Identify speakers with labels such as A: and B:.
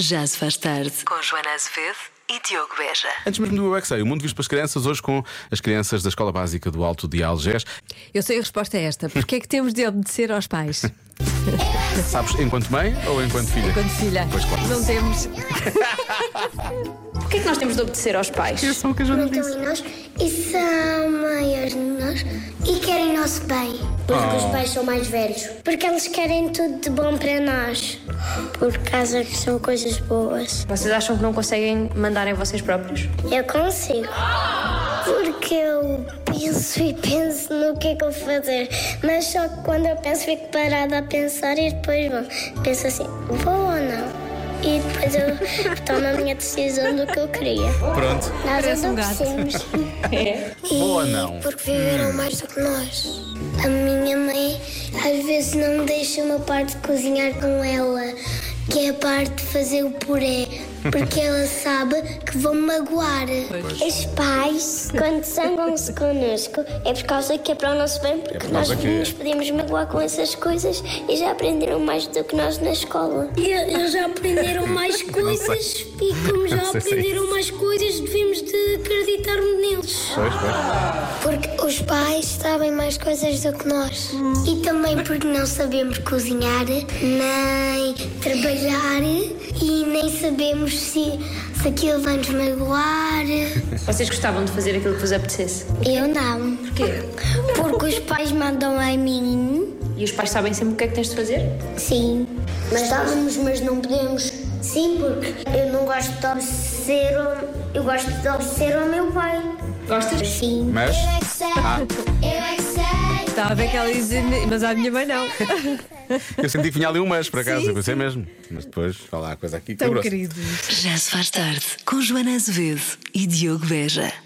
A: Já se faz tarde. Com Joana Azevedo e Diogo Beja.
B: Antes mesmo do UXA, o mundo visto pelas crianças, hoje com as crianças da Escola Básica do Alto de Algés.
C: Eu sei a resposta a esta. Porquê é que temos de obedecer aos pais?
B: Sabes, enquanto mãe ou enquanto filha?
C: Quando filha.
B: Pois claro.
C: Não temos.
D: Porquê é que nós temos de obedecer aos pais?
E: acreditam em nós e são maiores de nós e querem nosso bem. Porque os pais são mais velhos. Porque eles querem tudo de bom para nós. Por causa que são coisas boas.
D: Vocês acham que não conseguem mandar em vocês próprios?
E: Eu consigo. Porque eu penso e penso no que é que eu vou fazer. Mas só que quando eu penso, fico parada a pensar e depois bom, penso assim: vou ou não? E depois eu tomo a minha decisão do que eu queria.
B: Pronto.
E: Nós
C: Parece um gato. É?
E: adormecemos.
B: Boa, não. Hum.
E: Porque viveram mais do que nós. A minha mãe às vezes não me deixa uma parte de cozinhar com ela, que é a parte de fazer o puré, porque ela sabe que vão magoar. Os pais, quando zangam-se connosco, é por causa que é para o nosso bem, porque nós
B: causa que-
E: nos podemos magoar com essas coisas e já aprenderam mais do que nós na escola. Eles já aprenderam mais coisas e como já
B: sei se é aprenderam
E: mais coisas, devemos de acreditar neles.
B: Pois, pois.
E: Porque os pais sabem mais coisas do que nós. E também porque não sabemos cozinhar, nem trabalhar e nem sabemos se, se aquilo vai nos magoar.
D: Vocês gostavam de fazer aquilo que vos apetecesse?
E: Eu não.
D: Porquê?
E: Porque os pais mandam a mim.
D: E os pais sabem sempre o que é que tens de fazer?
E: Sim. Mas estávamos, mas não podemos. Sim, porque eu não gosto de obedecer ao, eu gosto de obedecer ao meu pai.
D: Gostas?
E: Sim.
B: Mas-
E: Eu é que sei. Eu é que sei.
C: Estava a ver que ela ia dizer, mas à minha mãe não.
B: Eu senti que vinha ali umas, por acaso,
C: Sim,
B: eu pensei mesmo. Mas depois, falar a coisa aqui. que é
C: Tão
B: grossa.
C: querido.
A: Já se faz tarde. Com Joana Azevedo e Diogo Beja.